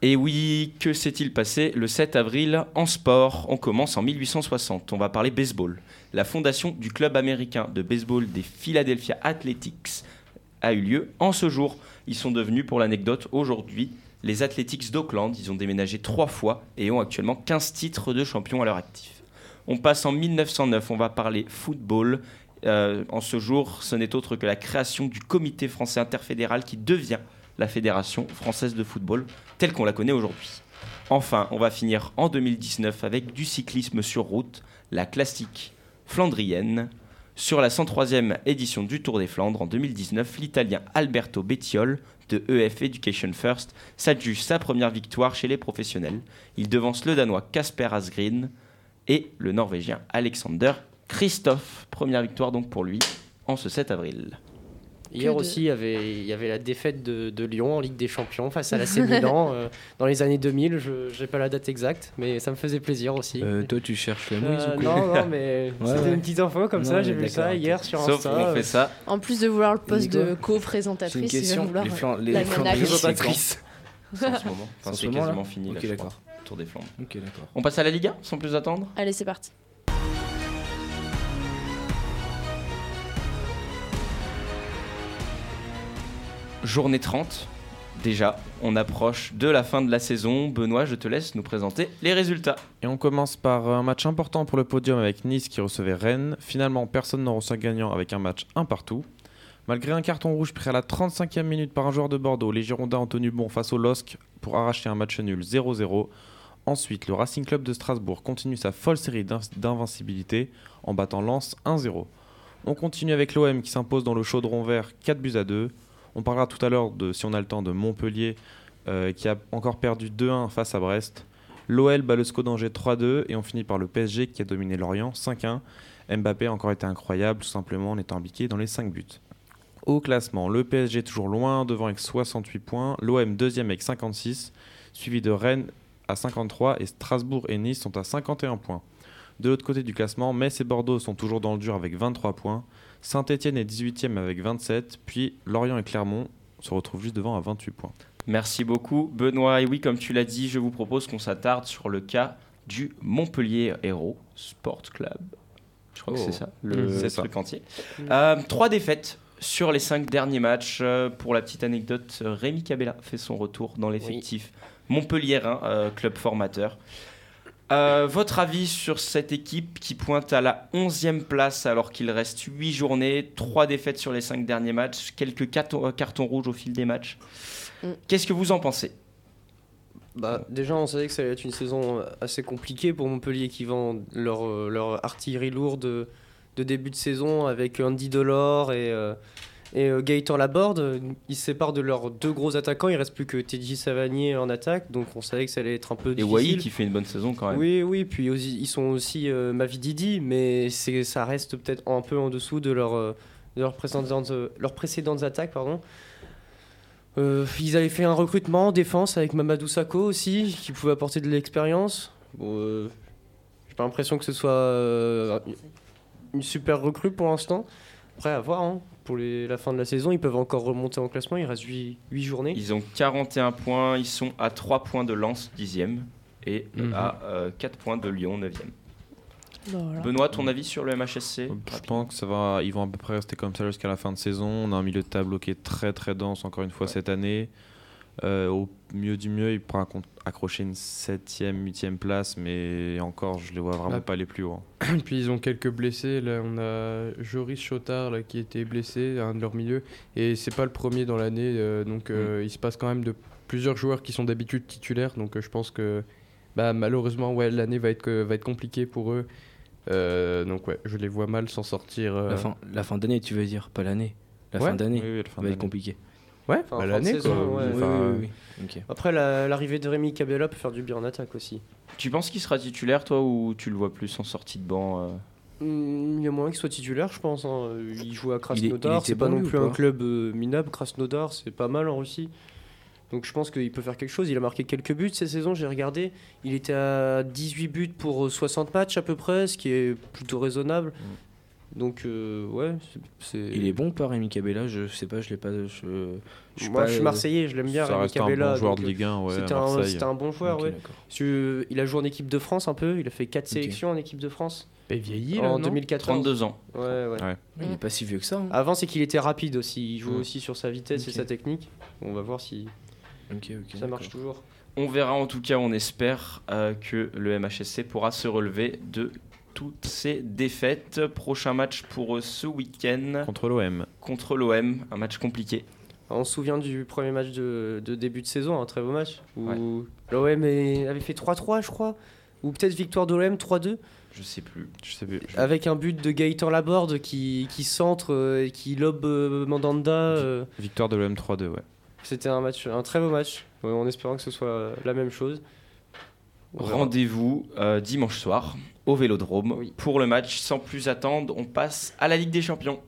Et oui, que s'est-il passé le 7 avril en sport On commence en 1860, on va parler baseball. La fondation du club américain de baseball des Philadelphia Athletics a eu lieu en ce jour. Ils sont devenus, pour l'anecdote, aujourd'hui les Athletics d'Oakland. Ils ont déménagé trois fois et ont actuellement 15 titres de champion à leur actif. On passe en 1909, on va parler football. Euh, en ce jour, ce n'est autre que la création du comité français interfédéral qui devient la Fédération française de football telle qu'on la connaît aujourd'hui. Enfin, on va finir en 2019 avec du cyclisme sur route, la classique flandrienne. Sur la 103e édition du Tour des Flandres en 2019, l'Italien Alberto Bettiol de EF Education First s'adjuge sa première victoire chez les professionnels. Il devance le Danois Casper Asgreen et le Norvégien Alexander Christophe. Première victoire donc pour lui en ce 7 avril. Hier de- aussi, il y avait- il y avait la défaite de, de Lyon en Ligue des Champions face à la C Milan euh, dans les années 2000. Je n'ai pas la date exacte, mais ça me faisait plaisir aussi. Euh, toi, tu cherches la mouise Euh, ou quoi non, non, mais Ouais, c'était ouais. une petite info comme Non, ça. J'ai mais vu ça d'accord, hier sur Sauf Insta. qu'on fait ça. En plus de vouloir le poste Nico, de co-présentatrice, il va vouloir. Les, flan- les l'almanach. Flandriens, c'est quand Présentatrice. C'est en ce moment. Enfin, en c'est ce moment, là quasiment fini. là, Ok, je crois, d'accord. Tour des Flandres. Ok, d'accord. On passe à la Liga sans plus attendre. euh, Allez, c'est parti. Journée 30. Déjà, on approche de la fin de la saison. Benoît, je te laisse nous présenter les résultats. Et on commence par un match important pour le podium avec Nice qui recevait Rennes. Finalement, personne n'en reçoit gagnant avec un match un partout. Malgré un carton rouge pris à la 35e minute par un joueur de Bordeaux, les Girondins ont tenu bon face au LOSC pour arracher un match nul 0-0. Ensuite, le Racing Club de Strasbourg continue sa folle série d'in- d'invincibilité en battant Lens 1-0. On continue avec l'OM qui s'impose dans le chaudron vert 4 buts à 2. On parlera tout à l'heure, de, si on a le temps, de Montpellier euh, qui a encore perdu 2-1 face à Brest. L'OL bat le SCO d'Angers 3-2 et on finit par le PSG qui a dominé Lorient 5-1. Mbappé a encore été incroyable, tout simplement en étant impliqué dans les 5 buts. Au classement, le PSG est toujours loin devant avec 68 points, l'OM deuxième avec 56, suivi de Rennes à 53 et Strasbourg et Nice sont à 51 points. De l'autre côté du classement, Metz et Bordeaux sont toujours dans le dur avec 23 points, Saint-Etienne est 18e avec 27, puis Lorient et Clermont se retrouvent juste devant à 28 points. Merci beaucoup, Benoît. Et oui, comme tu l'as dit, je vous propose qu'on s'attarde sur le cas du Montpellier Héros Sport Club. Je crois que Oh. c'est ça, le Mmh, c'est truc entier. Euh, trois défaites sur les cinq derniers matchs. Euh, pour la petite anecdote, Rémi Cabella fait son retour dans l'effectif montpelliérain, euh, club formateur. Euh, votre avis sur cette équipe qui pointe à la 11e place alors qu'il reste 8 journées, 3 défaites sur les 5 derniers matchs, quelques cartons, euh, cartons rouges au fil des matchs. Mm. Qu'est-ce que vous en pensez Bah, déjà, on savait que ça allait être une saison assez compliquée pour Montpellier qui vend leur, euh, leur artillerie lourde de, de début de saison avec Andy Delors et, euh, et euh, Gaëtan Laborde. Ils se séparent de leurs deux gros attaquants. Il reste plus que Teddy Savanier en attaque. Donc, on savait que ça allait être un peu Et difficile. Wai qui fait une bonne saison quand même. Oui, oui, puis aussi- ils sont aussi euh, Mavididi, mais c'est- ça reste peut-être un peu en dessous de, leur, euh, de leurs précédentes, euh, leurs précédentes attaques. Pardon. Euh, ils avaient fait un recrutement en défense avec Mamadou Sakho aussi, qui pouvait apporter de l'expérience. Bon, euh, J'ai pas l'impression que ce soit euh, une super recrue pour l'instant. Après, à voir. hein. Pour les- la fin de la saison, ils peuvent encore remonter en classement. Il reste 8, journées. Ils ont 41 points, ils sont à 3 points de Lens 10e et euh, Mhm. à 4 points de Lyon 9e. Bah, voilà. Benoît, ton avis sur le MHSC Je pense que ça va, ils vont à peu près rester comme ça jusqu'à la fin de saison. On a un milieu de tableau qui est très très dense encore une fois cette année. Euh, au mieux du mieux, ils pourront accon- accrocher une 7ème, 8ème place, mais encore, je les vois vraiment Bah, pas aller plus haut. hein. Puis ils ont quelques blessés. Là, on a Joris Chotard là, qui était blessé, un de leur milieu. Et c'est pas le premier dans l'année. euh, donc euh, il se passe quand même de plusieurs joueurs qui sont d'habitude titulaires. Donc euh, je pense que bah, malheureusement, ouais, l'année va être, que- va être compliquée pour eux. Euh, donc ouais, je les vois mal s'en sortir. euh, La fin, la fin d'année, tu veux dire, pas l'année. La Ouais. fin d'année Oui, oui, ça la Bah, fin va d'année. être compliqué. euh, Ouais, Enfin, bah, fin de l'année saison, quoi. ouais, Enfin, oui, Ok. Après, la- l'arrivée de Rémi Cabella peut faire du bien en attaque aussi. Tu penses qu'il sera titulaire toi ou tu le vois plus en sortie de banc euh Hmm, Il y a moyen qu'il soit titulaire, je pense. hein. Euh, Il joue à il Krasnodar, était c'est pas bon, non lui, ou plus pas un club euh, minable. Krasnodar, c'est pas mal en Russie. Donc je pense qu'il peut faire quelque chose. Il a marqué quelques buts cette saison, j'ai regardé. Il était à 18 buts pour euh, 60 matchs à peu près, ce qui est plutôt raisonnable. Donc, euh, ouais, c'est- c'est. Il est bon par Rémi Cabella, je sais pas, je l'ai pas. Je, je suis Moi, pas, je suis euh, Marseillais, je l'aime bien. Ça Rémi reste un Cabella, bon joueur donc, de Ligue 1, ouais, c'était, à un, Marseille. c'était un bon joueur, ok, ouais. d'accord. Parce que, euh, Il a joué en équipe de France un peu, il a fait 4 sélections en équipe de France Et vieilli là, en non 2014. 32 ans. Ouais, ouais. Mais Il est pas si vieux que ça. hein. Avant, c'est qu'il était rapide aussi, il joue Ouais. aussi sur sa vitesse et Mm. Ok. sa technique. On va voir si Ok, ok. ça marche toujours. On verra en tout cas, on espère euh, que le MHSC pourra se relever de toutes ces défaites. Prochain match pour eux ce week-end Contre l'OM. contre l'OM, un match compliqué. On se souvient du premier match de, de début de saison, un très beau match, où l'OM est- avait fait 3-3, je crois, ou peut-être victoire de l'OM 3-2, Je sais plus. Je sais plus. avec un but de Gaëtan Laborde qui, qui centre euh, et qui lobe euh, Mandanda. euh, Victoire de l'OM 3-2, ouais. C'était un match, un très beau match, ouais, en espérant que ce soit euh, la même chose. On verra. Rendez-vous euh, dimanche soir au Vélodrome Oui. pour le match. Sans plus attendre, on passe à la Ligue des Champions.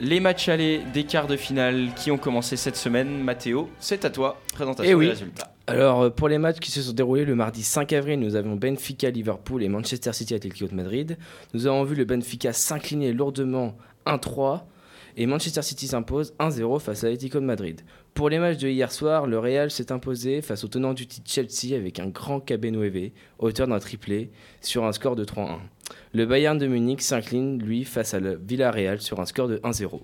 Les matchs allés des quarts de finale qui ont commencé cette semaine. Mathéo, c'est à toi. Présentation Eh oui. des résultats. Alors, euh, pour les matchs qui se sont déroulés le mardi 5 avril, nous avons Benfica, Liverpool et Manchester City Atlético de Madrid. Nous avons vu le Benfica s'incliner lourdement 1-3 et Manchester City s'impose 1-0 face à Atlético de Madrid. Pour les matchs de hier soir, le Real s'est imposé face au tenant du titre Chelsea avec un grand Cabenueve, auteur d'un triplé, sur un score de 3-1. Le Bayern de Munich s'incline, lui, face à la Villarreal sur un score de 1-0.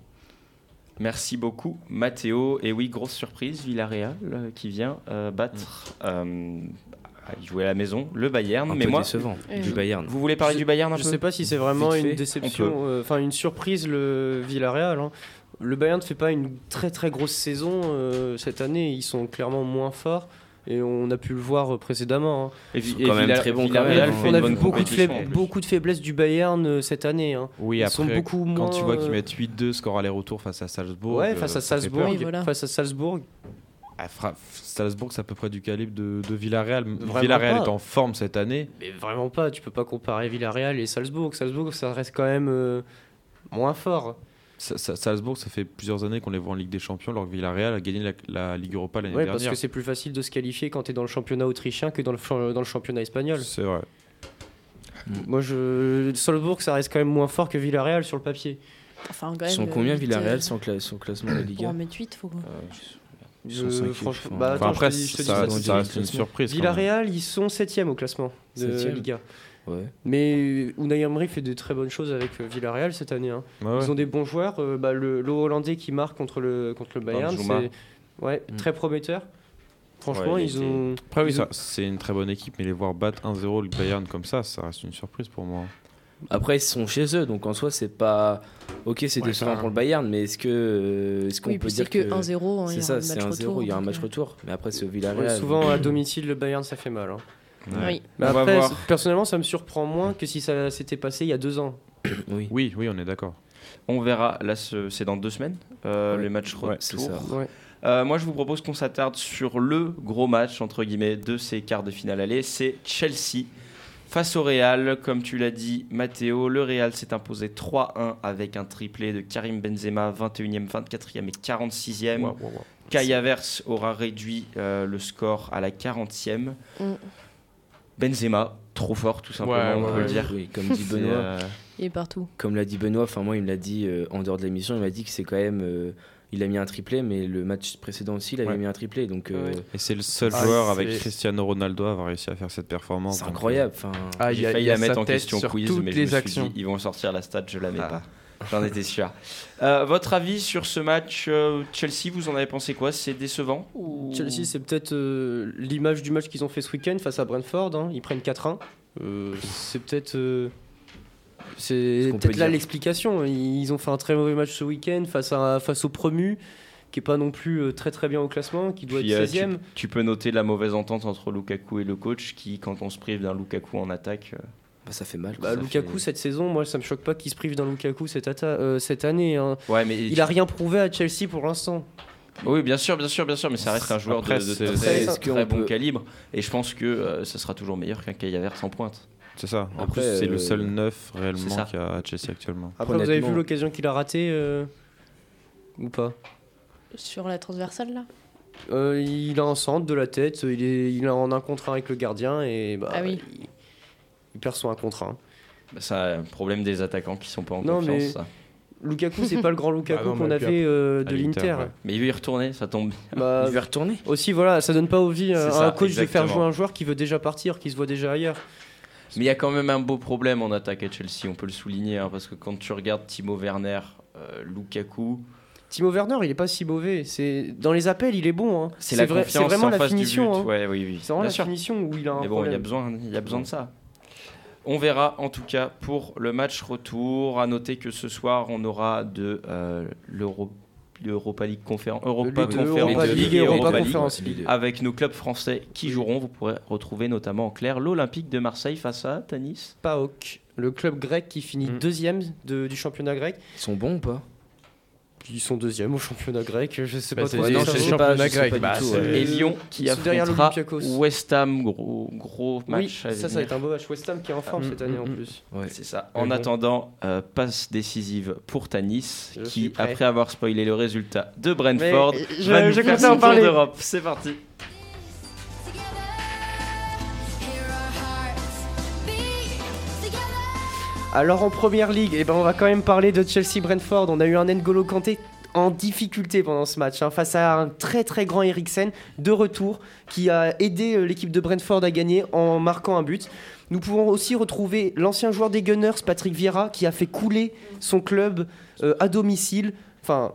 Merci beaucoup, Mathéo. Et oui, grosse surprise, Villarreal euh, qui vient euh, battre, euh, à jouer à la maison, le Bayern. Un Mais peu moi, décevant Eh du oui. Bayern. vous voulez parler Je- du Bayern un Je peu sais pas si c'est vraiment Vite une fait, on déception, euh, enfin une surprise le Villarreal. hein. Le Bayern ne fait pas une très très grosse saison euh, cette année, ils sont clairement moins forts et on a pu le voir euh, précédemment. hein. Et, Ils sont et quand même Villa- très bons quand Villarreal même, hein. fait on une a vu bonne beaucoup de, compétition, faibles- en plus. beaucoup de faiblesses du Bayern euh, cette année. hein. Oui, Ils après, sont beaucoup moins. quand tu vois qu'ils euh, mettent 8-2 score aller-retour face à Salzbourg. Ouais, euh, face à ça fait peur. Salzbourg, Oui, voilà. face à Salzbourg, Ah, fra- Salzbourg, c'est à peu près du calibre de, de Villarreal. Vraiment Villarreal pas. est en forme cette année. mais vraiment pas. Tu peux pas comparer Villarreal et Salzbourg. Salzbourg, ça reste quand même euh, moins fort. Sa- sa- Salzbourg, ça fait plusieurs années qu'on les voit en Ligue des Champions, alors que Villarreal a gagné la, la Ligue Europa l'année Ouais, parce dernière. que c'est plus facile de se qualifier quand t'es dans le championnat autrichien que dans le, ch- dans le championnat espagnol. C'est vrai. Moi, je. Salzbourg, ça reste quand même moins fort que Villarreal sur le papier. Enfin, quand Ils même, sont euh, combien vite, euh, Villarreal sans, cla- sans classement de Pour Liga en mettre 8, faut. Euh, Ils sont Euh, cinquièmes, franchement, je bah, crois. attends, Enfin, après, je te dis- je te dis ça, pas ça de reste une classement. surprise. quand même. Villarreal, ils sont 7 au classement de Septième. Liga. Ouais. Mais Unai Emery fait de très bonnes choses avec euh, Villarreal cette année. hein. Ouais, ouais. Ils ont des bons joueurs. euh, bah, le, le Hollandais qui marque contre le, contre le Bayern, Danjuma. c'est ouais, Mm. très prometteur. Franchement, Ouais, il ils était- ont. Après, oui, ils ont- ça- c'est une très bonne équipe, mais les voir battre 1-0 le Bayern comme ça, ça reste une surprise pour moi. Après, ils sont chez eux, donc en soi, c'est pas. Ok, c'est Ouais, décevant enfin, pour le Bayern, mais est-ce que euh, est-ce qu'on Oui, peut puis c'est dire que que 1-0, hein, il y c'est a ça, un c'est match 1-0, retour, il y a un donc, match euh, retour. Mais après, c'est au Villarreal. ouais, souvent à domicile, le Bayern, ça fait mal. hein. euh, Oui. Mais On va après, voir. c- personnellement, ça me surprend moins que si ça s'était passé il y a deux ans. Oui. Oui, oui, on est d'accord. On verra, là ce- c'est dans deux semaines, euh, Ouais. les matchs Ouais, c'est retour. ça. Euh, moi je vous propose qu'on s'attarde sur le gros match, entre guillemets, de ces quarts de finale aller, c'est Chelsea. Face au Real, comme tu l'as dit Matteo, le Real s'est imposé 3-1 avec un triplé de Karim Benzema, 21e, 24e et 46e. Waouh, waouh, waouh. Kai Havertz aura réduit euh, le score à la 40e. Mm. Benzema, trop fort tout simplement, Ouais, on ouais, peut le ouais. dire. euh, Oui, comme dit C'est, Benoît, euh, Il est partout. comme l'a dit Benoît, enfin moi il me l'a dit euh, en dehors de l'émission, il m'a dit que c'est quand même, euh, il a mis un triplé, mais le match précédent aussi il avait Ouais. mis un triplé, donc euh, Ouais. Et c'est le seul Ah, joueur c'est- avec Cristiano Ronaldo à avoir réussi à faire cette performance. c'est donc, incroyable. Enfin, bah, Ah, il y J'ai a- failli il y a la mettre sa en tête question sur quiz, toutes mais je les me suis actions. dit, ils vont sortir la stat, je la mets Ah. pas. J'en étais sûr. Euh, votre avis sur ce match euh, Chelsea, vous en avez pensé quoi C'est décevant ou- Chelsea, c'est peut-être euh, l'image du match qu'ils ont fait ce week-end face à Brentford. hein. Ils prennent 4-1. Euh, c'est peut-être. euh, Ce c'est qu'on peut peut-être là dire. l'explication. Ils ont fait un très mauvais match ce week-end face, à, face au promu, qui est pas non plus euh, très très bien au classement, qui doit Puis, être euh, 16 e tu, tu peux noter la mauvaise entente entre Lukaku et le coach qui, quand on se prive d'un Lukaku en attaque, euh, bah, ça fait mal. quoi, Bah, ça Lukaku, fait- cette saison, moi, ça me choque pas qu'il se prive d'un Lukaku cette, atta- euh, cette année. hein. ouais, mais Il a rien prouvé à Chelsea pour l'instant. Oui, bien sûr, bien sûr, bien sûr, mais ça reste un joueur de- Après, de, c'est- très, c'est- très est-ce qu'on bon peut- calibre, et je pense que euh, ça sera toujours meilleur qu'un Kai Havertz en pointe. euh, C'est ça. En Après, plus, c'est le euh, seul neuf c'est ça. réellement qu'il y a à Chelsea actuellement. Après, vous avez vu Honnêtement. l'occasion qu'il a ratée euh, ou pas Sur la transversale, là Euh, il a un centre de la tête, il est, il est en un contre un avec le gardien et bah, Ah oui. il, il perd son un contre un. Bah, ça, problème des attaquants qui sont pas en Non, confiance. mais- ça. Lukaku, c'est pas le grand Lukaku Ah non, qu'on mais puis avait euh, à de l'Inter, l'Inter. ouais. Mais il veut y retourner, ça tombe. bien. Bah, Je vais retourner. aussi, voilà, ça donne pas envie euh, C'est à ça, un coach de faire exactement. jouer un joueur qui veut déjà partir, qui se voit déjà ailleurs. Mais il y a quand même un beau problème en attaque à Chelsea, on peut le souligner, hein, parce que quand tu regardes Timo Werner, euh, Lukaku, Timo Werner, il est pas si mauvais. C'est dans les appels, il est bon. hein. c'est la vrai- confiance C'est vraiment en la face finition. du hein. but. Ouais, oui, oui. C'est vraiment Bien la sûr. finition où il a un Mais bon, il y a problème. besoin, il y a besoin de ça. On verra en tout cas pour le match retour. À noter que ce soir, on aura de euh, l'Euro- l'Europa League Conférence, Europa Les deux, Conférence Europa League League et et Europa Europa League, Conference League. League. avec nos clubs français qui joueront. Vous pourrez retrouver notamment en clair l'Olympique de Marseille face à Tanis. PAOK, le club grec qui finit Mm. deuxième de- du championnat grec. Ils sont bons ou pas Ils sont deuxième au championnat grec. Je sais Bah, pas c'est- trop Ouais, les ce non, que ça je vaut. c'est sais champions pas, de je sais Grec, pas bah, du tout. c'est- ouais. Et Lyon qui sont derrière affrontera l'Olympiakos. West Ham, gros, gros Oui, match. à ça, ça va venir. être un beau match. West Ham qui est en forme Mm, cette année mm, en mm. plus. Ouais. C'est ça. Mais En bon. attendant, euh, passe décisive pour Tanis, Je suis qui, prêt. après avoir spoilé le résultat de Brentford, Mais, je- va nous je faire comptais son en tour parler. d'Europe. C'est parti. Alors en première ligue, eh ben, on va quand même parler de Chelsea-Brentford. On a eu un N'Golo Kanté en difficulté pendant ce match, hein, face à un très très grand Eriksen de retour qui a aidé euh, l'équipe de Brentford à gagner en marquant un but. Nous pouvons aussi retrouver l'ancien joueur des Gunners, Patrick Vieira, qui a fait couler son club euh, à domicile. Enfin,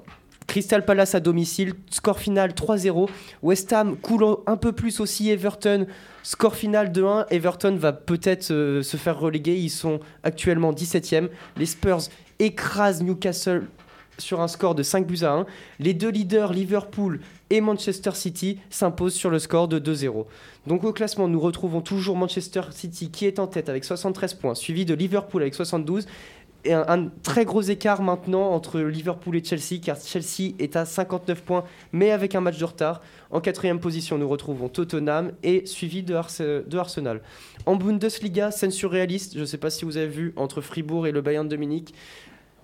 Crystal Palace à domicile, score final 3-0. West Ham coule un peu plus aussi Everton, score final 2-1. Everton va peut-être euh, se faire reléguer, ils sont actuellement 17ème. Les Spurs écrasent Newcastle sur un score de 5 buts à 1. Les deux leaders, Liverpool et Manchester City, s'imposent sur le score de 2-0. Donc au classement, nous retrouvons toujours Manchester City qui est en tête avec 73 points, suivi de Liverpool avec 72. Et un, un très gros écart maintenant entre Liverpool et Chelsea, car Chelsea est à 59 points, mais avec un match de retard. En quatrième position, nous retrouvons Tottenham et suivi de, Arse- de Arsenal. En Bundesliga, scène surréaliste, je ne sais pas si vous avez vu, entre Fribourg et le Bayern de Munich.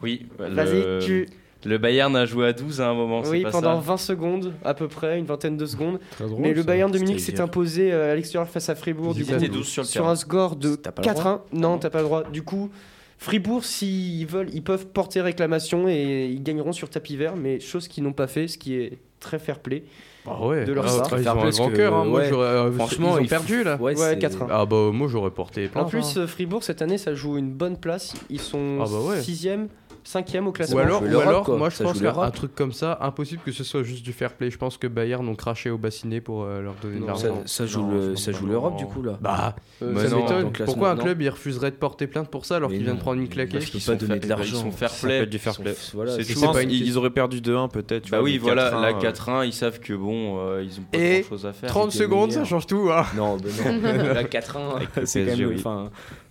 Oui, bah, Vas-y, le, tu... le Bayern a joué à 12 à un moment, c'est Oui, pas pendant ça 20 secondes, à peu près, une vingtaine de secondes. Très drôle, Mais le ça. Bayern de C'était Munich s'est hier. imposé euh, à l'extérieur face à Fribourg, Ils du étaient coup, 12 sur le sur terrain. un score de T'as pas le droit. 4-1. Non, t'as pas le droit. Du coup, Fribourg, s'ils veulent, ils peuvent porter réclamation et ils gagneront sur tapis vert, mais chose qu'ils n'ont pas fait, ce qui est très fair-play. Ah ouais. de leur Ah, star. ouais, Ils Faire ont un plus grand que- cœur. hein. Moi, ouais. j'aurais. euh, Franchement, ils ont ils- perdu là. Ouais, Ouais, c'est- 4-1. Ah bah moi j'aurais porté hein. plein. En plus, euh, Fribourg, cette année, ça joue une bonne place. Ils sont Ah bah ouais. 6e, 5e au classement. Ou alors, joue ou l'Europe, alors, quoi. moi je Ça pense joue qu'un l'Europe. un truc comme ça, impossible que ce soit juste du fair play. Je pense que Bayern ont craché au bassinet pour euh, leur donner de Non, l'argent. Ça, ça joue Non, le- c'est ça pas joue bon. l'Europe du coup là. Bah, Euh, Mais ça non, m'étonne. dans le Pourquoi un classement, club il refuserait de porter plainte pour ça alors Mais qu'il vient de non, prendre une claquée parce Ils qu'ils sont peuvent pas fair- donner de l'argent. Ils sont fair Ça play. s'appelle du fair Ils play. sont- voilà, C'est c'est tout. pas une- Ils auraient perdu 2-1 peut-être. tu Bah vois, oui, mais voilà, 4-1, la euh, 4-1, ils savent que bon, euh, ils ont pas Et grand chose à faire. 30 des secondes, ça meilleurs. change tout. hein. Non, bah non. la 4-1, euh, c'est quand PSG, même. oui. Enfin,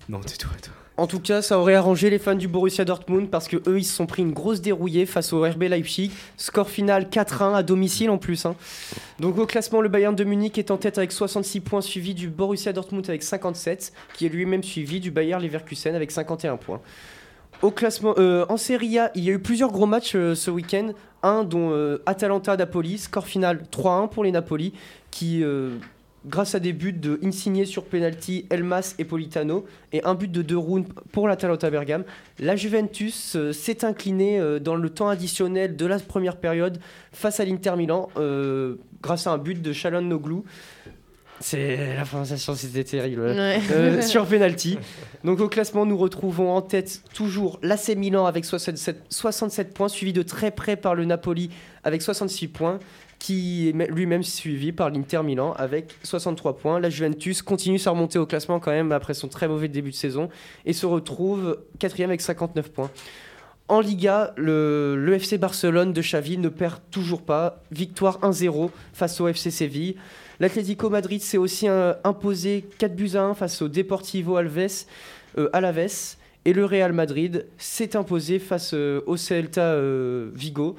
non, tais-toi, toi. En tout cas, ça aurait arrangé les fans du Borussia Dortmund parce que eux, ils se sont pris une grosse dérouillée face au RB Leipzig. Score final 4-1 à domicile en plus. hein. Donc au classement, le Bayern de Munich est en tête avec 66 points, suivi du Borussia Dortmund avec 57, qui est lui-même suivi du Bayer Leverkusen avec 51 points. Au classement, euh, en Serie A, il y a eu plusieurs gros matchs euh, ce week-end. Un dont euh, Atalanta-Napoli, score final 3-1 pour les Napoli, qui, euh, grâce à des buts de Insigne sur penalty, Elmas et Politano, et un but de deux rounds pour l'Atalanta Bergame. La Juventus euh, s'est inclinée euh, dans le temps additionnel de la première période face à l'Inter Milan euh, grâce à un but de Shalon Noglu. C'est la prononciation, c'était terrible. Ouais. Euh, sur penalty. Donc au classement, nous retrouvons en tête toujours l'AC Milan avec 67, 67 points, suivi de très près par le Napoli avec 66 points, qui est me- lui-même suivi par l'Inter Milan avec 63 points. La Juventus continue sa remontée au classement quand même après son très mauvais début de saison et se retrouve quatrième avec 59 points. En Liga, le, le FC Barcelone de Xavi ne perd toujours pas. Victoire 1-0 face au FC Séville. L'Atlético Madrid s'est aussi euh, imposé 4 buts à 1 face au Deportivo Alves, euh, Alaves. Et le Real Madrid s'est imposé face euh, au Celta euh, Vigo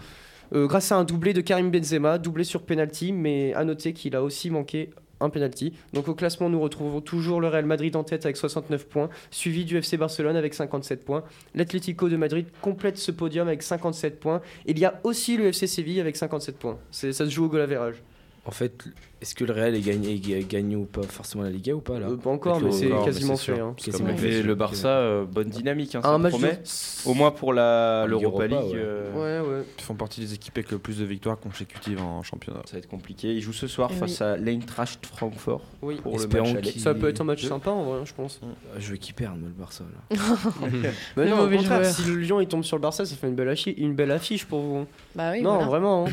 euh, grâce à un doublé de Karim Benzema, doublé sur penalty, mais à noter qu'il a aussi manqué un penalty. Donc au classement, nous retrouvons toujours le Real Madrid en tête avec 69 points, suivi du FC Barcelone avec 57 points. L'Atlético de Madrid complète ce podium avec 57 points. Il y a aussi le FC Séville avec 57 points. C'est- Ça se joue au goal average. En fait, est-ce que le Real est gagné, est gagné ou pas forcément la Liga ou pas là Euh, pas encore, mais Avec le- c'est Non, mais quasiment c'est sûr. fait. hein. Parce que Comme c'est avec pas les- possible. le Barça, euh, bonne dynamique, hein, Un ça match promet. Au moins pour la- En l'Europa Europa, League, ouais. euh, Ouais, ouais. Ils font partie des équipes avec le plus de victoires consécutives en championnat. ça va être compliqué. Il joue ce soir Eh face à Leintracht Francfort Oui. pour le Espérons match aller. qu'il- Ça peut être un match sympa en vrai, je pense. Ah, Je veux qu'il perde, moi, le Barça. Là. Mais Le non, au mauvais contraire, joueur. si le Lyon il tombe sur le Barça, ça fait une belle affiche, une belle affiche pour vous. Bah oui, non, voilà. vraiment. hein.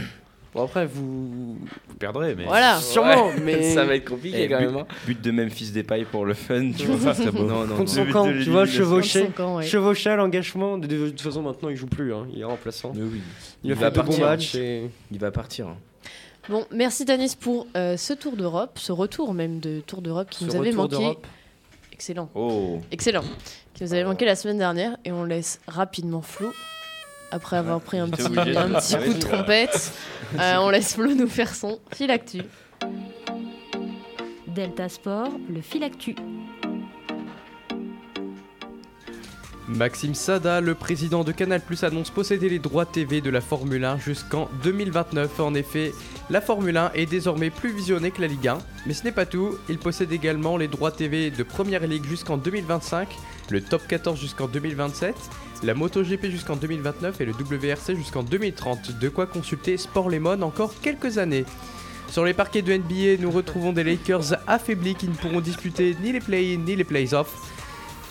Bon, après, vous. Vous perdrez, mais. Voilà. Sûrement, mais. Ça va être compliqué Eh, quand but- même. hein. But de Memphis Depay pour le fun, tu vois. Non, non, non. Contre son Le but camp, de tu vois, l'élimination. chevauché. 35 ans, ouais. Chevaucha l'engagement. De, de toute façon, maintenant, il joue plus. hein, Il est remplaçant. Mais oui, Il a Il fait va deux bons partir. matchs. Et... il va partir. hein. Bon, merci Danis pour euh, ce tour d'Europe, ce retour même de tour d'Europe qui Ce nous avait retour manqué. d'Europe. Excellent, Oh, excellent. Qui nous avait manqué la semaine dernière et on laisse rapidement Flo. Après avoir pris un j'étais petit, obligé de un faire petit ça. coup de trompette, euh, on laisse Flo nous faire son fil actu. Delta Sport, le fil actu. Maxime Sada, le président de Canal+, annonce posséder les droits TV de la Formule 1 jusqu'en 2029. En effet, la Formule 1 est désormais plus visionnée que la Ligue 1. Mais ce n'est pas tout, il possède également les droits TV de Première Ligue jusqu'en 2025, le Top 14 jusqu'en 2027, la MotoGP jusqu'en 2029 et le WRC jusqu'en 2030. De quoi consulter Sport Lemon encore quelques années. Sur les parquets de NBA, nous retrouvons des Lakers affaiblis qui ne pourront disputer ni les play-in ni les plays-offs.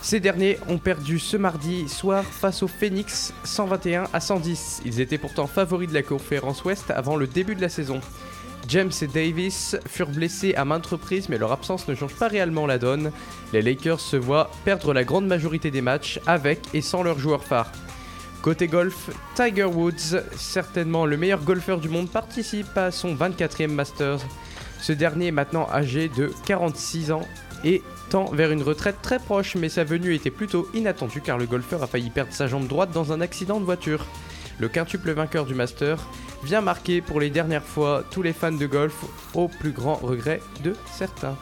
Ces derniers ont perdu ce mardi soir face aux Phoenix 121 à 110. Ils étaient pourtant favoris de la conférence Ouest avant le début de la saison. James et Davis furent blessés à maintes reprises, mais leur absence ne change pas réellement la donne. Les Lakers se voient perdre la grande majorité des matchs avec et sans leur joueur phare. Côté golf, Tiger Woods, certainement le meilleur golfeur du monde, participe à son 24e Masters. Ce dernier est maintenant âgé de 46 ans et tend vers une retraite très proche, mais sa venue était plutôt inattendue car le golfeur a failli perdre sa jambe droite dans un accident de voiture. Le quintuple vainqueur du Master vient marquer pour les dernières fois tous les fans de golf au plus grand regret de certains.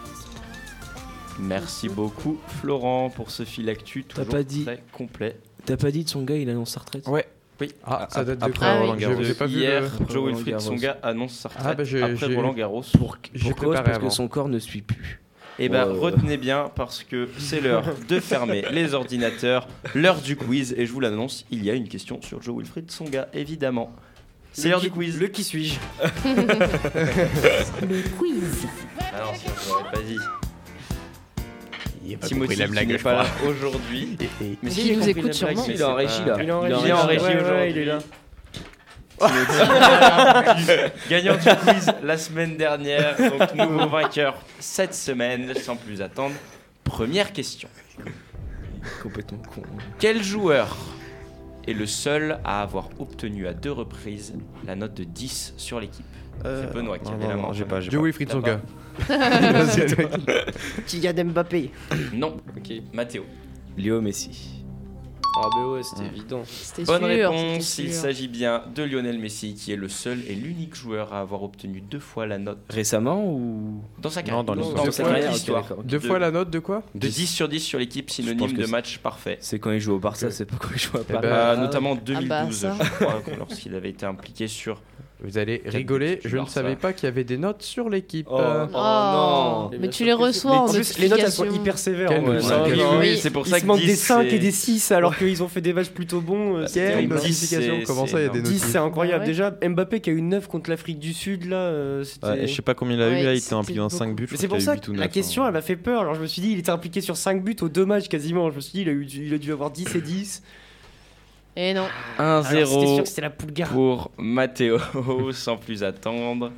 merci beaucoup Florent pour ce fil actu toujours pas dit. très complet. T'as pas dit de son gars, il annonce sa retraite Ouais. Oui. Ah, ça date de après quand Roland Garros. Je- j'ai pas vu Hier, le- Joe Roland Wilfried Garros. Songa annonce sa retraite Ah, bah, j'ai- après j'ai- Roland Garros. J'ai Pour cause préparé parce avant. que Oh. son corps ne suit plus. Et ben Ouais, ouais. retenez bien parce que c'est l'heure de fermer les ordinateurs, l'heure du quiz et je vous l'annonce, il y a une question sur Joe Wilfried Songa évidemment. C'est l'heure du quiz. Le qui suis-je Le quiz. Ah non, sinon, je l'aurais pas dit. Il est Timothy qui n'est pas là aujourd'hui. Mais Il j'ai nous compris écoute la blague, sûrement. mais Ah, Il est en c'est régie, pas- là. Ah, Il Il est est en régie, régie aujourd'hui. il est là. Gagnant du quiz la semaine dernière, donc nouveau vainqueur cette semaine, sans plus attendre. Première question. complètement con. hein. Quel joueur est le seul à avoir obtenu à deux reprises la note de 10 sur l'équipe C'est Benoît qui Euh, non, avait la non, main. j'ai pas, j'ai Joe pas. Wilfried Songa. Kylian Mbappé. Non, Mathéo. Léo Messi. Ah, bah ouais, c'était évident. C'était Bonne sûr, réponse, c'était il sûr. s'agit bien de Lionel Messi qui est le seul et l'unique joueur à avoir obtenu deux fois la note Récemment ou dans sa carrière. Non, dans l'histoire. Dans Dans sa sa carrière, carrière, histoire. ok, d'accord. Deux fois la note de quoi De 10 sur 10 sur l'équipe, pense synonyme que de c'est- match parfait. C'est quand il joue au Barça, c'est pas quand il joue à Paris. ben, Euh, Ah, notamment en 2012, bah, ça. je crois, que lorsqu'il avait été impliqué sur. Vous allez rigoler, je ne Barça. savais pas qu'il y avait des notes sur l'équipe. Oh. Euh, Oh, non. Mais tu les reçois en En plus, les notes elles sont notification. hyper sévères. Quel en plus, Ouais, hein. ouais. Ils- oui, c'est pour Ils ça se que manquent des 10, 5 c'est- Bah, et des 6 alors qu'ils ont fait des matchs plutôt bons. Bah, euh, c'est c'était terrible. énorme. 10, c'est- Comment ça, il y a c'est des notes 10 c'est incroyable. Ah ouais. Déjà Mbappé qui a eu 9 contre l'Afrique du Sud là, euh, c'était Ouais, et je sais pas combien il a Ouais, eu, là, il était c'était impliqué dans 5 beaucoup. buts. je Mais crois c'est pour qu'il a eu ça huit que ou la neuf, question hein. elle m'a fait peur. Alors je me suis dit il était impliqué sur 5 buts aux deux matchs quasiment. Je me suis dit il a, eu, il a dû avoir 10 et 10. Et Eh non, Oh, Alors, C'était sûr 1-0 que c'était la Bulgarie. pour Matteo, sans plus attendre.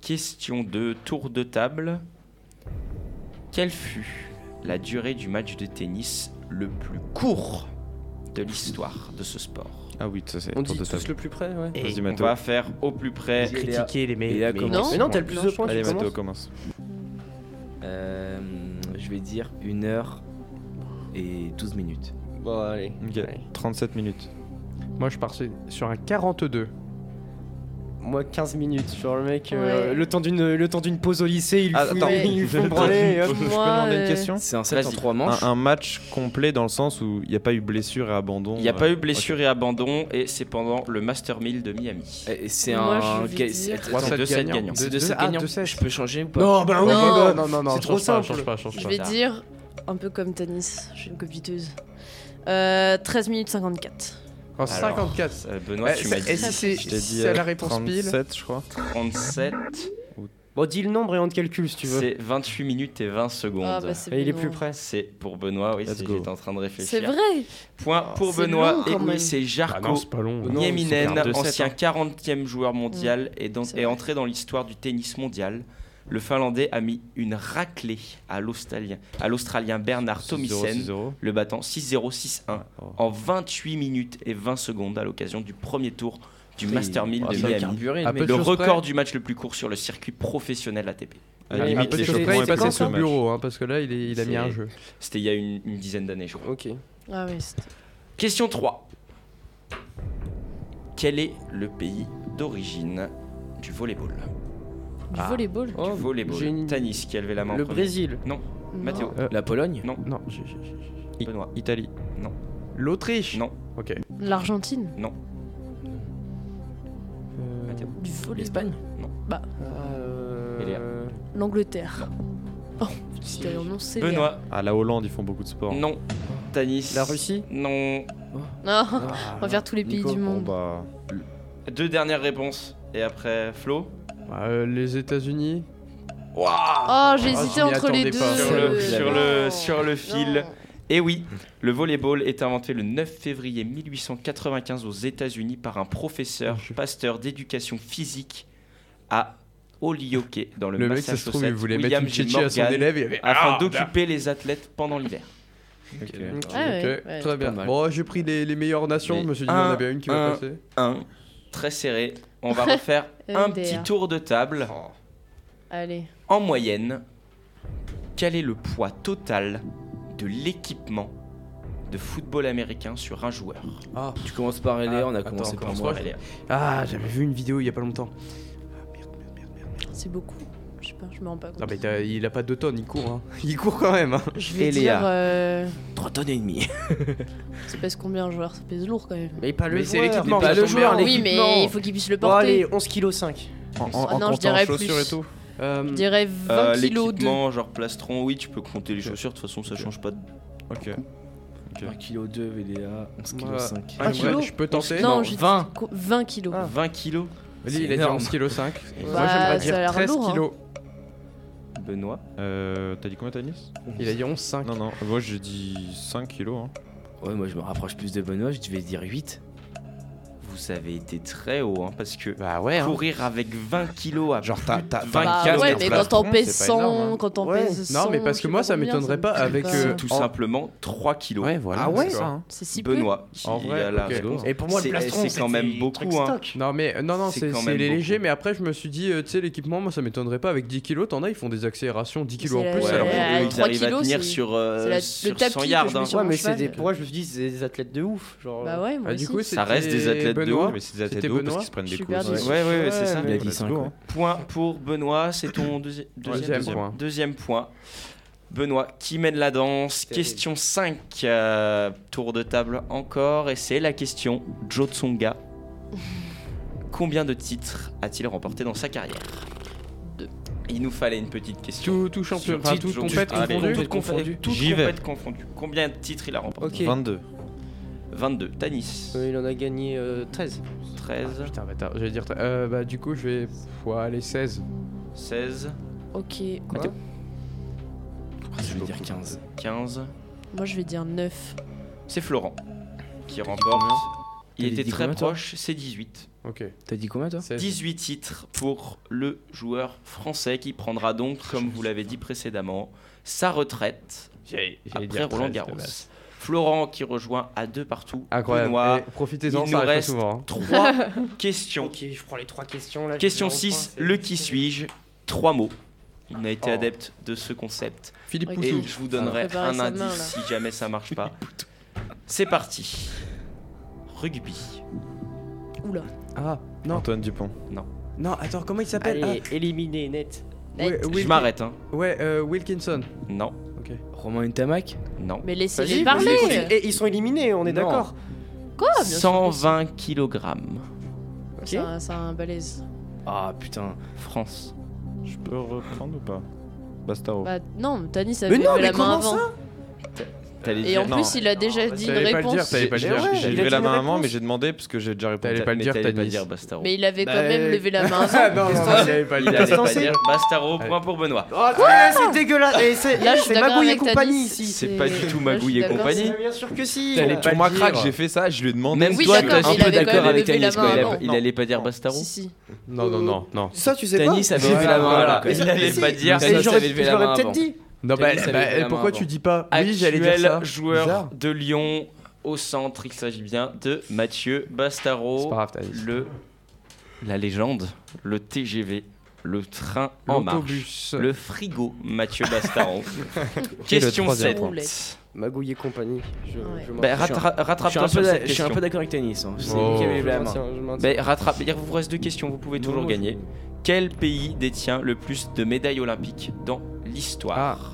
Question de tour de table. Quelle fut la durée du match de tennis le plus court de l'histoire de ce sport Ah oui, ça c'est On dit tour de tous table. le plus près ouais. Et Vas-y, on Matteo. va faire au plus près. Vas-y, Léa. les Et là, comment Non. Mais non t'as le plus de points. Allez, tu Mathéo, commences. commence. Euh, je vais dire 1 heure et 12 minutes. Bon allez. Ok, Ouais. 37 minutes. Moi, je pars sur- sur un 42. moi 15 minutes. Genre le mec, euh, Ouais. le temps d'une le temps d'une pause au lycée, il lui Ah, fout, attends. il lui Je fout peux- branler. et je hop. peux Moi, demander une euh, question C'est un set en Vas-y. trois un, manches. un match complet dans le sens où il n'y a pas eu blessure et abandon. Il n'y a euh, pas eu ok. blessure et abandon, et c'est pendant le Master 1000 de Miami. Et- et C'est Moi, je un. vais ga- dire- c'est- Trois attends, sets deux sets gagnants. gagnants. C'est Deux- deux deux- sets ah, gagnants. deux sets. Je peux changer ou pas Non, bah oui, Non. bah, non, non, non, C'est c'est trop change pas, simple. change pas, change Je pas. vais dire un peu comme tennis, je suis une copiteuse. Euh, 13 minutes 54. En 54. Euh, Benoît, tu m'as et dit si c'est Je t'ai dit si c'est euh, la réponse pile 37, je crois. 37, Bon, dis le nombre et on te calcule si tu veux. c'est 28 minutes et 20 secondes. Ah, bah, c'est Et il est Benoît. plus près. C'est pour Benoît, oui, Let's c'est- go. j'étais en train de C'est réfléchir. vrai Point pour Oh, C'est long, Benoît, quand et oui, même. c'est Ah Jarko non, c'est pas long. Non, Nieminen, c'est un 2-7, ancien hein. 40e joueur mondial, est, dans- Mm, c'est est vrai. entré dans l'histoire du tennis mondial. Le Finlandais a mis une raclée à l'Australien, à l'Australien Bernard 0, Thomissen, 0. le battant 6-0, 6-1 Oh. en 28 minutes et 20 secondes à l'occasion du premier tour du Master 1000 Ah, de ça va Miami. carburer, Ah, le peu mec. Le de choses près. record du match le plus court sur le circuit professionnel ATP. À Ah, la il y a limite, peu de choses l'échauffement près, est c'est Il est passé quand sous son le match. bureau, hein, parce que là, il, est- il a mis un C'est- jeu. C'était il y a une, une dizaine d'années, je crois. Ok. Ah oui, c'est- Question 3. Quel est le pays d'origine du volleyball du Ah. volleyball. Oh, Du volleyball. j'ai une- Tanis qui a levé la main. en Le premier. Brésil. Non. Mathéo. La Pologne Non. Non, Benoît. Italie. L'Autriche. Non. L'Argentine. Mathéo. Du volleyball. L'Espagne Euh, Eléa. L'Angleterre. Oh, putain, on en sait Benoît. À la Hollande, ils font beaucoup de sport. Non. Tanis. La Russie Non. bien. Non, on va faire tous les pays Nico, du Bon, monde. bah. Deux dernières réponses. Et après, Flo. Euh, les États-Unis. Waouh Oh, j'ai Ah, je hésité m'y entre les attendais deux. pas. sur le, Euh, sur le, sur le fil. Non. Et oui, le volleyball est inventé le 9 février 1895 aux États-Unis par un professeur, pasteur d'éducation physique à Holyoke, dans le, Le mec, ça se Massachusetts, trouve, il voulait mettre William une J. chichi à son Morgan, élève. Ah, Il avait afin d'occuper les athlètes pendant l'hiver. Ok, Ah ouais, ouais. Très bien. Pas mal. Bon, j'ai pris les, les meilleures nations. Les Je me suis dit, un, on avait une qui va un. passer. Un, très serré. On va refaire un petit EMDR. tour de table. Oh. Allez. En moyenne, quel est le poids total de l'équipement de football américain sur un joueur Ah, Tu commences par Eléa, Ah, on a attends, commencé par commence moi. par Allez, ah j'avais vu une vidéo il y a pas longtemps. C'est beaucoup. Je sais pas, je me rends pas compte. Non, mais t'as- il a pas deux tonnes, il court. hein. Il court quand même. hein. je vais Eléa. dire. euh, 3 tonnes et demie. ça pèse combien un joueur Ça pèse lourd quand même. Mais pas le Mais c'est joueur. l'équipement, pas ils le sont joueur. bien. Ah oui, mais il faut qu'il puisse le Bon, porter. allez, 11 kg 5. En, en, Ah en non, je comptant dirais chaussures plus. et tout. je Euh, dirais 20 Euh, kilos de. L'équipement, genre plastron, oui, tu peux compter les chaussures, de toute façon, ça change pas de Ok. 1 kg 2 VDA, 11 Moi, kg 5. j'aimerais- kilo Je peux tenter. Non, non, j'ai dit 20. co- 20 kilos. Ah. 20 kilos. Lui, il C'est a dit énorme. 11 kg 5. Moi, Bah, j'aimerais ça dire a l'air 13 lourd, hein. kilos. Benoît. Euh, T'as dit combien, Tanis Il a dit 11 5. Non, non, moi j'ai dit 5 kilos. hein. Ouais, moi je me rapproche plus de Benoît, je vais dire 8. Vous avez été très haut, hein, parce que Bah ouais. hein. courir avec 20 kilos à Genre, t'as- t'as- 20 Bah casque, ouais, un mais quand plastron, on pèse c'est pas 100, énorme, hein. quand on Ouais. pèse 100. Non, mais parce je que sais moi, ça combien, m'étonnerait me pas fait avec, pas- euh, tout En- simplement 3 kilos. Ouais, voilà. Ah ouais c'est ça, hein. C'est si peu. Benoît, qui En vrai, a la ok. réponse. Et pour moi, C'est- le plastron, c'est quand même des beaucoup, trucs hein. stock. Non mais non non C'est c'est quand c'est même les beaucoup. légers mais après je me suis dit euh, tu sais l'équipement moi ça m'étonnerait pas avec 10 kilos t'en as ils font des accélérations 10 kilos en C'est plus la- Ouais, alors alors, euh, eux, ils trois arrivent à kilos, tenir c'est- sur, c'est euh, la- le sur tapis 100 que je yards. me hein. suis- Ouais, Sur mais un c'est cheval. des. Pour moi, je me dis, c'est des athlètes de ouf. Genre. Bah ouais, moi Ah, aussi. du coup Ça reste des athlètes Benoît. de ouf, mais c'est des athlètes de C'était ouf parce Benoît. qu'ils se prennent Je des suis coups. perdue. Ouais. Ouais, ouais, ouais, c'est ça. Il a dit let's 5. go, hein. Point pour Benoît, c'est ton deuxi- deuxième, Deuxième deuxième, point. deuxième point. Benoît qui mène la danse. Question 5, tour de table encore, et c'est la question Jotsonga. Combien de titres a-t-il remporté dans sa carrière Deux. Il nous fallait une petite question. tout tout champion enfin, Titre, toute jo- compète Allez, confondue toute compète- confondue. toute J'y vais. compète confondue. Combien de titres il a remporté euh, Ok. 22. 22. Tanis. Euh, il en a gagné euh, 13. 13. Putain bâtard j'allais dire euh, bah du coup je vais ouais allez 16 16. Ok, Bah, Quoi Ah, Je vais dire 15. 15. moi je vais dire 9. C'est Florent qui combien remporte. Il hein T'avais était dit très combien, toi proche, c'est 18. ok T'as dit combien toi 16 18 titres pour le joueur français qui prendra donc, comme vous l'avez dit précédemment, sa retraite J'allais- j'allais après dire Roland 13 de Garros. base. Florent qui rejoint à deux partout. incroyable Benoît. Eh, profitez-en il nous ça arrive pas reste- souvent hein. Trois questions. Ok, je prends les trois questions là. Question je vais en 6, prendre, le c'est- qui suis-je Trois mots. On a été Oh. adepte de ce concept. Philippe Et- Et Poutou je vous donnerai Préparer un sa indice main, là. si jamais ça marche pas. C'est parti. Rugby. Oula. Ah, non. Antoine Dupont. Non, attends, comment il s'appelle Allez, éliminé net. Ah, ouais, Net. Wilkin- Je m'arrête, hein. Ouais, euh, Wilkinson. Non, Romain Utamac non. Mais Vas-y, laissez-les vas-y, parler. continue. Et ils sont éliminés, on est Non. d'accord. Oh, Oh, Quoi Bien sûr que si. 120 kg. C'est un- C'est un balèze. Ah putain. France. Je peux reprendre ou pas Bastaro. Bah non, Tanis avait Mais non, levé mais la main comment avant. ça T'allais Et dire- en non. plus, il a déjà dit une t'allais pas le dire, réponse. t'allais pas le J'ai dire. ouais, j'ai il a levé dit la une main à maman, réponse. mais j'ai demandé parce que j'ai déjà répondu. T'allais à- pas le mais dire, t'allais pas Tanis. dire Bastaro. Mais il avait quand Bah, même euh, levé la main Ah, avant. non, non, Qu'est-ce il avait pas Il le allait dire. pas Distancé. dire Bastaro, Allez. point pour Benoît. Oh, c'est dégueulasse. Et c'est Là, je suis c'est d'accord Magouille et avec compagnie Tanis. ici. C'est pas du tout Magouille et compagnie. Bien sûr que si. T'allais Pour le moi, dire. crack, j'ai fait ça, je lui ai demandé. Même Oui, toi, d'accord, t'es un mais il peu avait quand d'accord même avec levé la Tanis. quoi. main Il a- avant. Il allait pas dire Bastaro. Si, si. Non, non, non, non. Ça, tu sais Tanis avait Voilà, levé la main. voilà. avant, quand même. Il allait si. pas dire. pas. Et Tanis j'aurais avait levé je la main l'aurais peut-être avant. dit. Non, Tanis bah, avait bah, levé la main pourquoi avant. tu dis pas Oui, j'allais dire ça. Actuel joueur Bizarre. de Lyon au centre, il s'agit bien de Mathieu C'est Bastaro, pas grave, Thaïs. le la légende, le TGV, le train en marche, L'autobus. le frigo Mathieu Bastaro. question troisième 7. point. Magouille et compagnie. Je, Ouais. je Bah, maintiens. rattra- Je suis rattrape-toi un sur peu cette d'a- je suis question. un peu d'accord avec Tanis. hein. C'est Oh. lui qui avait Je levé la main. maintiens, je maintiens. Bah, rattrape, il vous reste deux questions, vous pouvez toujours Non, gagner. Quel pays détient le plus de médailles olympiques dans l'histoire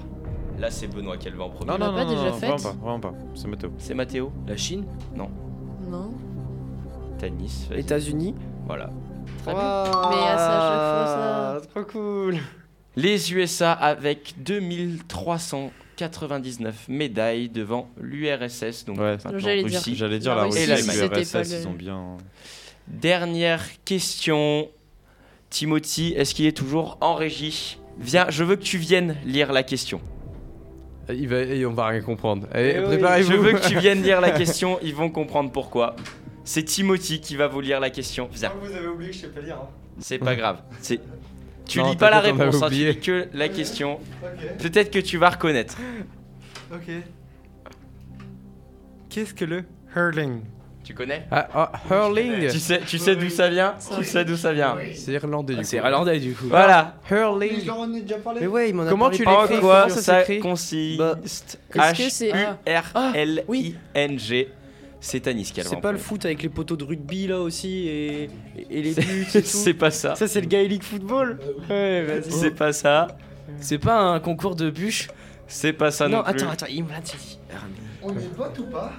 Là, c'est Benoît qui a levé en premier. Ah. Non, non, l'a pas non, déjà non, faite vraiment pas, vraiment pas. C'est Mathéo. C'est Mathéo, La Chine Non. Tanis. vas-y. États-Unis. Voilà. Très bien. Mais à ça, à chaque fois, ça- Ah, Trop cool. Les USA avec 2399 médailles devant l'URSS, donc Ouais. maintenant J'allais dire. Russie. J'allais dire La la Russie, Russie, si mais c'était RSS, pas le- ils ont bien. Dernière question. Timothy, est-ce qu'il est toujours en régie Viens, je veux que tu viennes lire la question. Il va, et on va rien comprendre. Eh Allez, oui. Je préparez-vous. veux que tu viennes lire la question, ils vont comprendre pourquoi. C'est Timothy qui va vous lire la question. Viens, Ah, Vous avez oublié que je sais pas lire. hein. c'est pas grave. C'est... Tu Non, lis pas la t'inquiète, on avait réponse, hein, tu oublié. lis que la question. Ok. Peut-être que tu vas reconnaître. Ok. Qu'est-ce que le hurling Tu connais Ah, ah, hurling. Tu sais, tu sais d'où ça vient Tu sais d'où ça vient C'est irlandais. Ah, du C'est coup. irlandais du coup. Voilà. Hurling. Mais ouais, il m'en a Comment parlé tu par- En l'écris quoi Comment ça ça s'écrit Bah, consiste Est-ce que c'est- H-U-R-L-I-N-G. C'est Tanis qui a C'est en pas le premier. foot avec les poteaux de rugby là aussi et, et les buts et C'est tout. pas ça. Ça c'est le Gaelic football. Ouais, vas-y. C'est pas ça. C'est pas un concours de bûches C'est pas ça non, non, plus. attends, attends, il me l'a dit. On est vote ou pas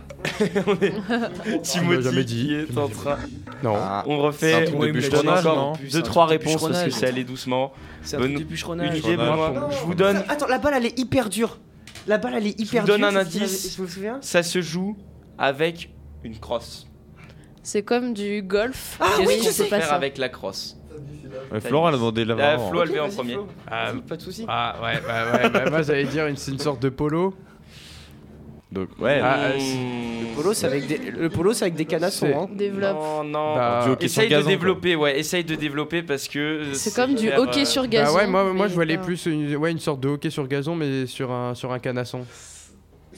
On l'a jamais Timothy dit. qui est en train. Ah. Non. On C'est un refait. truc on de je donne bûcheronnage, non encore Plus, deux un trois truc de réponses parce que bûcheronnage. c'est allé doucement. C'est un truc Bonne- de Une bûcheronnage. idée, Benoît. Je vous donne. Ça- Attends, la balle elle est hyper dure. La balle elle est hyper vous donne dure. un c'est ce qu'il indice. avait- Je me souviens. Ça se joue avec une crosse. C'est comme du golf. Ah mais oui, on je peut sais. pas Faire ça. avec la crosse. Ouais, Florent, elle a demandé la La main. Flo a levé en vas-y, premier. Euh, Flo. Ah, Pas de soucis. Ah ouais, bah, ouais, bah, moi j'allais dire une, c'est une sorte de polo. Bah, Donc, ouais. Ah, Hmm. euh, Le polo c'est avec des, le polo, c'est avec des canassons. C'est- Hein. Développe. Non, non. Bah, Du hockey sur Essaye de gazon, quoi. développer, ouais, essaye de développer parce que. euh, C'est comme du faire, euh, hockey sur bah gazon. ouais, moi, moi mais je voulais pas- plus une, ouais, une sorte de hockey sur gazon, mais sur un, sur un canasson.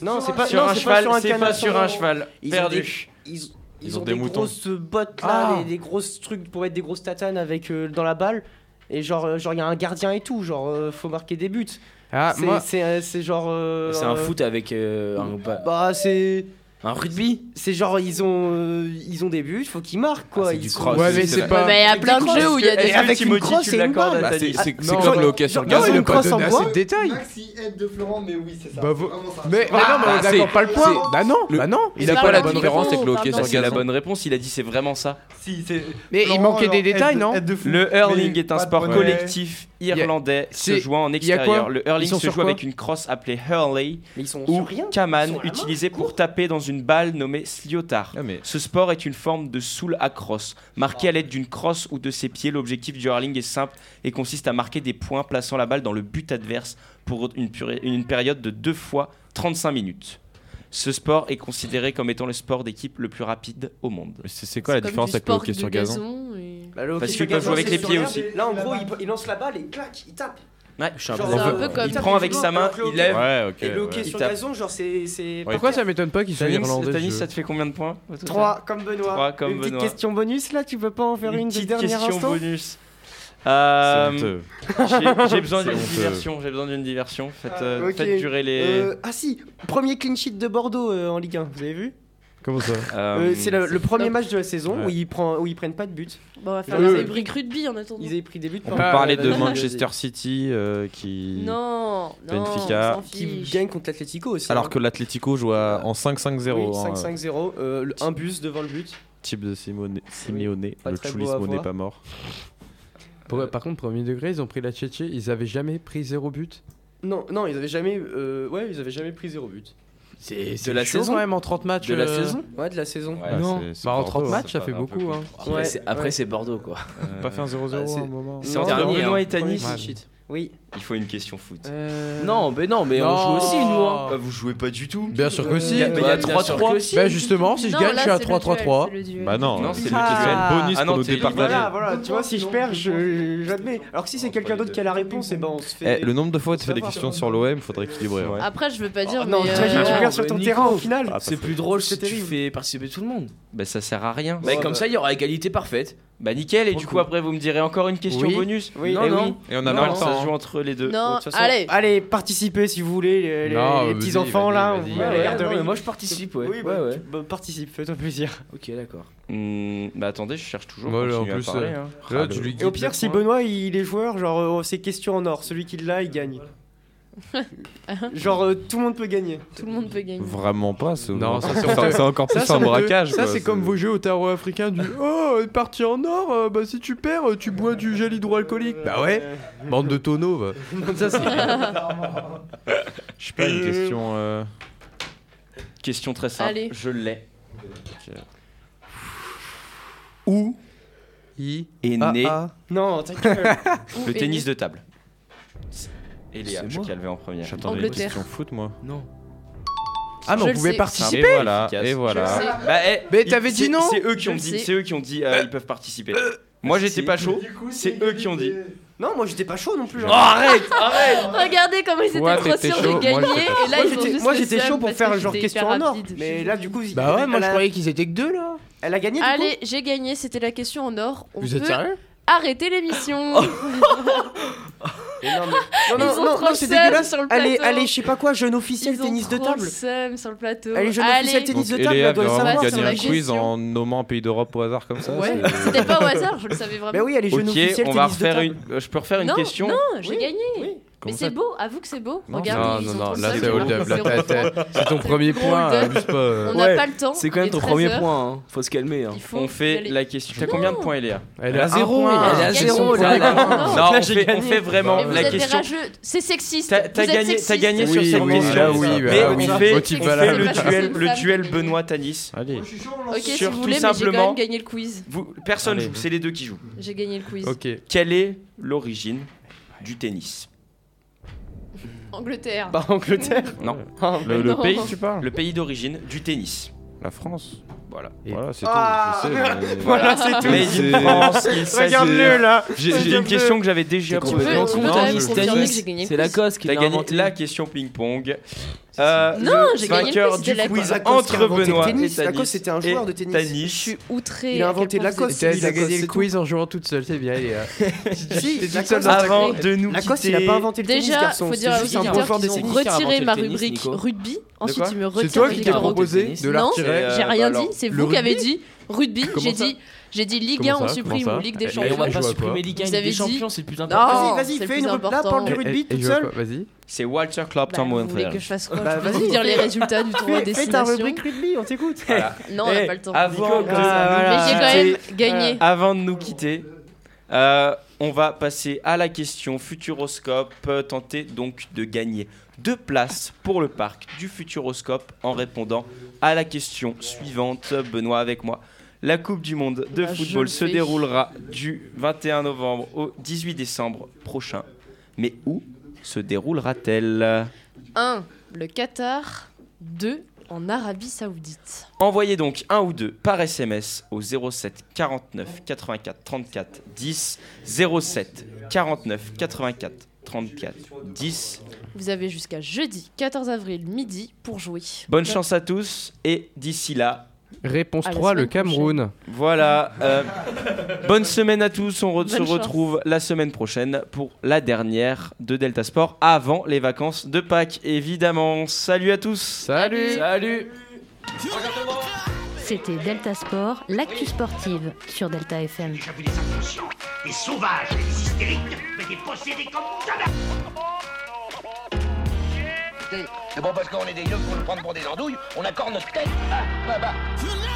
Non, c'est pas Sur non, un c'est pas cheval, sur un c'est pas canasson. sur un cheval. Ils ont Perdu. Ils, ils Ils ont, ont des, des moutons. grosses bottes là, Ah. des, des grosses trucs pour mettre des grosses tatanes avec euh, dans la balle. Et genre, euh, genre il y a un gardien et tout, genre euh, faut marquer des buts. Ah, c'est, moi, c'est, euh, c'est genre. euh, C'est un euh, foot avec euh, un, ba- Bah c'est un rugby. c'est genre ils ont euh, ils ont des buts, faut qu'ils marquent quoi. Ah, c'est ils du sont- cross. ouais, mais c'est c'est la- Ouais, pas. mais il y a plein de jeux où il y a Est-ce Et que avec une Timothy, crosse tu et une l'accordes à balle. Tanis Bah, C'est non, c'est comme non, le hockey sur non, gazon. non, on une peut crosse en donner bois. assez de détails. Maxi aide de Florent, mais oui, c'est ça. Bah, vous- C'est vraiment ça. Mais, mais non, mais on est c'est- d'accord, pas le c'est- point. Bah non, bah non. Il a C'est pas la pas bonne le micro, référence avec le hockey pardon. sur Bah, c'est la gazon. bonne réponse, il a dit c'est vraiment ça. Si, c'est. Mais il Florent, manquait des alors, aide détails, de- non aide de fou. Le hurling Mais est un pas de sport bonne- collectif a- irlandais se c'est- jouant en y a extérieur. quoi Le hurling Ils sont se sur joue avec quoi une crosse appelée hurley Mais ils sont ou sur rien. Ils kaman sont à la main, utilisée pour taper dans une balle nommée sliotard. Ah, mais Ce sport est une forme de soul à crosse. Marqué à l'aide d'une crosse ou de ses pieds, l'objectif du hurling est simple et consiste à marquer des points plaçant la balle dans le but adverse pour une, purée- une période de 2 fois 35 minutes. Ce sport est considéré comme étant le sport d'équipe le plus rapide au monde. mais c'est c'est quoi la C'est comme différence du avec le sport hockey de sur gazon et- Bah, le hockey Parce sur qu'ils peuvent gazon, jouer avec c'est les sur pieds l'herbe, aussi. et Là en gros, il, il lance la balle et clac, il tape. Ouais. Je suis un Genre, peu c'est un d'accord. peu comme- Il prend avec sa main, il lève. Ouais, ok. Et le hockey ouais. Il sur tape. gazon, genre c'est c'est par Pourquoi terre. ça m'étonne pas qu'ils soient Tanis, irlandais Tanis, ce ça te fait combien de points au total 3 comme Benoît. Trois comme une petite Benoît. question bonus là, tu peux pas en faire une, de petite dernière question instant bonus. C'est Euh, honteux. j'ai- j'ai besoin C'est d'une honteux. diversion. J'ai besoin d'une diversion. Faites, euh, Ah, ok. faites durer les. Euh, ah si, premier clean sheet de Bordeaux euh, en Ligue 1, vous avez vu Comment ça Euh, Euh, c'est le, le premier Non. match de la saison où, Ouais. ils prend, où ils prennent pas de but. Bon, on va faire Euh, des rubriques rugby en attendant. Ils avaient pris des buts. On peut par- parler de Vas-y, vas-y. Manchester City euh, qui. Non, non, Benfica. on s'en Qui fiche. gagne contre l'Atletico aussi. Alors hein. que l'Atlético joue à- en 5-5-0. Oui, hein, 5-5-0, euh, le- un bus devant le but. type de Simone, Simeone. pas le très Chulis beau à Monet voir. pas mort. Pour- par contre, premier degré, ils ont pris la Tchétché, ils avaient jamais pris zéro but. Non, non, ils avaient jamais, euh, ouais, ils avaient jamais pris zéro but. C'est C'est chaud, quand même en 30 matchs. De la euh, saison Ouais, de la saison. Ouais, non. Ah, c'est- c'est Bah, en Bordeaux, 30 hein, matchs, c'est ça fait pas un peu beaucoup. Hein. Après, Ouais, c'est- après, ouais. c'est Bordeaux, quoi. On peut pas fait un 0-0 Ah, à c'est- un moment. C'est Non, entre dernier, Benoît hein. et Tanis. Ouais. Oui. Il faut une question foot. Non, mais non, mais on Non. joue aussi, nous. hein. Bah, vous jouez pas du tout. Bien sûr que Euh, si. y a- Bah, il y a bien 3-3. sûr que si. Bah justement, si je Non, gagne, là, je suis à c'est le 3-3-3. duel, c'est le duel. Bah non, Non, c'est c'est le Ah. duel. bonus Ah non, pour nous t'es libre, départager. Voilà, voilà, tu vois, si je perds, je- j'admets. Alors que si c'est On quelqu'un prend les d'autre qui a la réponse, et ben on se fait. Eh, le nombre de fois où tu Ça fais des va. questions sur l'OM, faudrait équilibrer. hein. ouais. Après, je veux pas dire, Oh, non, mais. t'imagines, tu euh, perds sur mais ton Nico. terrain au final. Ah, C'est ça plus drôle C'est si tu terrible. fais participer tout le monde. Bah, ça sert à rien. Bah, comme ça, il y aura égalité parfaite. Bah nickel, et du coup après vous me direz encore une question Oui. bonus Oui. Eh Non, non. Et on Non, a pas le ça temps. se hein. joue entre les deux. Non, De toute façon, ah, allez. Allez, participez si vous voulez, les, les- Non, les vas-y, petits enfants vas-y, là, on vas-y. vous Ouais, met à la ouais, garderie. non, mais moi, je participe, ouais. Oui, ouais, bah, ouais. tu- bah, participe, fais-toi plaisir. Ok, d'accord. Hmm, bah attendez, je cherche toujours. Voilà, continue en à plus, parler, euh, hein. Là, tu lui Et au guides pire, le si point. Benoît il est joueur, genre euh, c'est question en or, celui qui l'a, il gagne. Genre euh, tout le monde peut gagner. Tout le monde peut gagner. Vraiment pas. c'est- Non, ça, c'est honteux. c'est encore Ça, plus c'est un honteux. braquage. Ça, quoi, c'est comme vos jeux au tarot africain du Oh, euh, partie en or, euh, bah si tu perds, euh, tu bois du gel hydroalcoolique. Bah ouais, bande de tonneaux. va. Ça c'est. Je sais pas, une question. euh, Question très simple. Allez. Je l'ai. Où est né ah. Non, t'inquiète. le tennis de table Et Léa, C'est je moi. calvais en première. J'attendais une Angleterre. question foot, moi. Non. Ah, mais Je on le pouvait sais. Et participer. voilà, efficace. et Je voilà. sais. Bah, eh, Mais ils- t'avais c'est- dit non C'est eux qui ont Je dit. sais. C'est eux qui ont dit. euh, ils peuvent participer. Moi j'étais pas chaud. C'est eux qui ont dit. non, moi j'étais pas chaud non plus. Oh, hein. arrête, arrête. Regardez comment ils étaient Ouais, trop t'étais sûrs chaud. de Moi, gagner. j'étais et moi là, ils ont j'étais juste moi, le j'étais seum chaud pour parce faire que genre j'étais question hyper en or. rapide. Mais là du coup, il- Bah ouais, elle moi je a- croyais qu'ils étaient que deux là. elle a gagné. du coup Allez, j'ai gagné, c'était la question en or. On Vous peut êtes sérieux arrêter l'émission. Mais Non, mais- non, Ils Oh. non, ont non, trop non, le c'est seum dégueulasse. sur le Allez, plateau. allez, je sais pas quoi, jeune officiel Ils ont tennis de trop table. le seum sur le plateau. Allez, jeune officiel Allez, tennis Donc, de table, Eléa elle doit vient le vraiment savoir. de c'est gagner la un quiz question. en nommant un pays d'Europe au hasard comme ça. Ouais. c'est- c'était pas au hasard, je le savais Bah vraiment. oui, elle est jeune Ok, officielle on va tennis de refaire table. une. euh, Je peux refaire une Non, question. Non, j'ai Oui, gagné. Mais Comment ça c'est beau, avoue que c'est beau. Non, Regardez, ils non, ont non, trop le là seum, c'est ils ont hold up, là zéro t'as- point. t'as- c'est ton premier Gros point, hold up. abuse pas. euh. On n'a Ouais, pas le temps. C'est quand même il ton est premier 13 heures, point, hein. faut se calmer. Hein. Il faut On fait y aller. la question. T'as combien de points, Eléa Elle Elle a a un zéro. point. Elle est à Gagné, zéro, on là. a gagné. Non. Non, Là, on j'ai fait, on gagné. fait vraiment Et vous la êtes des question. rageux. C'est sexiste. T'as t'as Vous êtes gagné, sexiste. t'as gagné Oui, sur cette oui, question. là, oui, mais bah, on oui. fait, Motif on valable. fait le Parce que duel, c'est une le femme. duel Benoît Tanis. Allez. Oh, Ok, si Sur vous tout voulez, mais j'ai quand simplement- même gagné le quiz. Vous, personne Allez. joue, c'est les deux qui jouent. J'ai gagné le quiz. Ok. Quelle est l'origine du tennis Angleterre. Bah, Angleterre. Non, Le, le Non. pays, tu parles le pays d'origine du tennis. La France. Voilà. Voilà, c'est Ah. tout. je sais, mais- Voilà, c'est tout. Mais d'une France, il s'agit- Regarde-le là. J'ai j'ai une question que j'avais déjà Tu peux posée. complètement on con. peut Non, quand même confirmer que je- c'est- j'ai gagné le C'est quiz. Lacoste qui T'as l'a gagné inventé. la question ping-pong. Euh, Non, j'ai gagné le vainqueur quiz, c'était du la- quiz Lacoste qui a entre inventé le Benoît et tennis. Lacoste, Tanis. c'était un et joueur de tennis. Je suis outré. Il a à quel inventé point vous Lacoste. êtes- T'as Il a t'as gagné gagné, le c'est quiz en jouant toute seule, c'est bien, les gars. Si, toute seule Lacoste, dans Avant de nous Lacoste, quitter, il a pas inventé le tennis, Déjà, garçon. faut C'est dire aux juste un bon auditeurs joueur de qu'ils ont tennis. qui a inventé retiré le ma tennis, rubrique Nico. rugby. Ensuite, quoi ils me C'est retirent toi ma qui rubrique t'es t'as rugby. proposé tennis. de la Non, retirer. Euh, J'ai bah rien alors, dit, c'est le vous qui avez rugby dit rugby, Comment j'ai ça dit j'ai dit Ligue Comment 1 on ça supprime Comment ça Eh, ou Ligue des Et on Champions. va pas Et je vois supprimer pas. les gars Vous avez des dit- champions, c'est le plus important. Non, Vas-y, vas-y, fais c'est plus une rubrique. Là, important. parle du Et- rugby et- et toute je vois seule. pas, Vas-y. C'est Walter Bah, Clopton vous voulez Winter. que je fasse quoi Bah, Je peux vas-y. vous dire les résultats du tournoi Fais, des fais ta destinations. rubrique rugby, on t'écoute. Non, on n'a Eh, pas le temps. Avant, de, Ah, Mais j'ai voilà. quand même gagné. avant de nous quitter, euh, on va passer à la question Futuroscope. Euh, Tentez donc de gagner deux places pour le parc du Futuroscope en répondant à la question suivante. Benoît avec moi. La Coupe du Monde de Ah, je football le se fais. déroulera du 21 novembre au 18 décembre prochain. Mais où se déroulera-t-elle 1. Le Qatar. 2. En Arabie Saoudite. Envoyez donc un ou deux par SMS au 07 49 84 34 10 07 49 84 34 10. Vous avez jusqu'à jeudi 14 avril midi pour jouer. Bonne chance à tous et d'ici là, Réponse À la 3, le semaine prochaine. Cameroun. voilà. euh, bonne semaine à tous. On re- se Bonne chance. retrouve la semaine prochaine pour la dernière de Delta Sport avant les vacances de Pâques, évidemment. Salut à tous. Salut Salut. Salut C'était Delta Sport, l'actu sportive sur Delta FM. J'avais des inconscients, des sauvages, des hystériques, mais des possédés comme jamais Écoutez, c'est bon parce qu'on est des yeux pour nous prendre pour des andouilles, on accorde notre tête. Ah, bah, bah.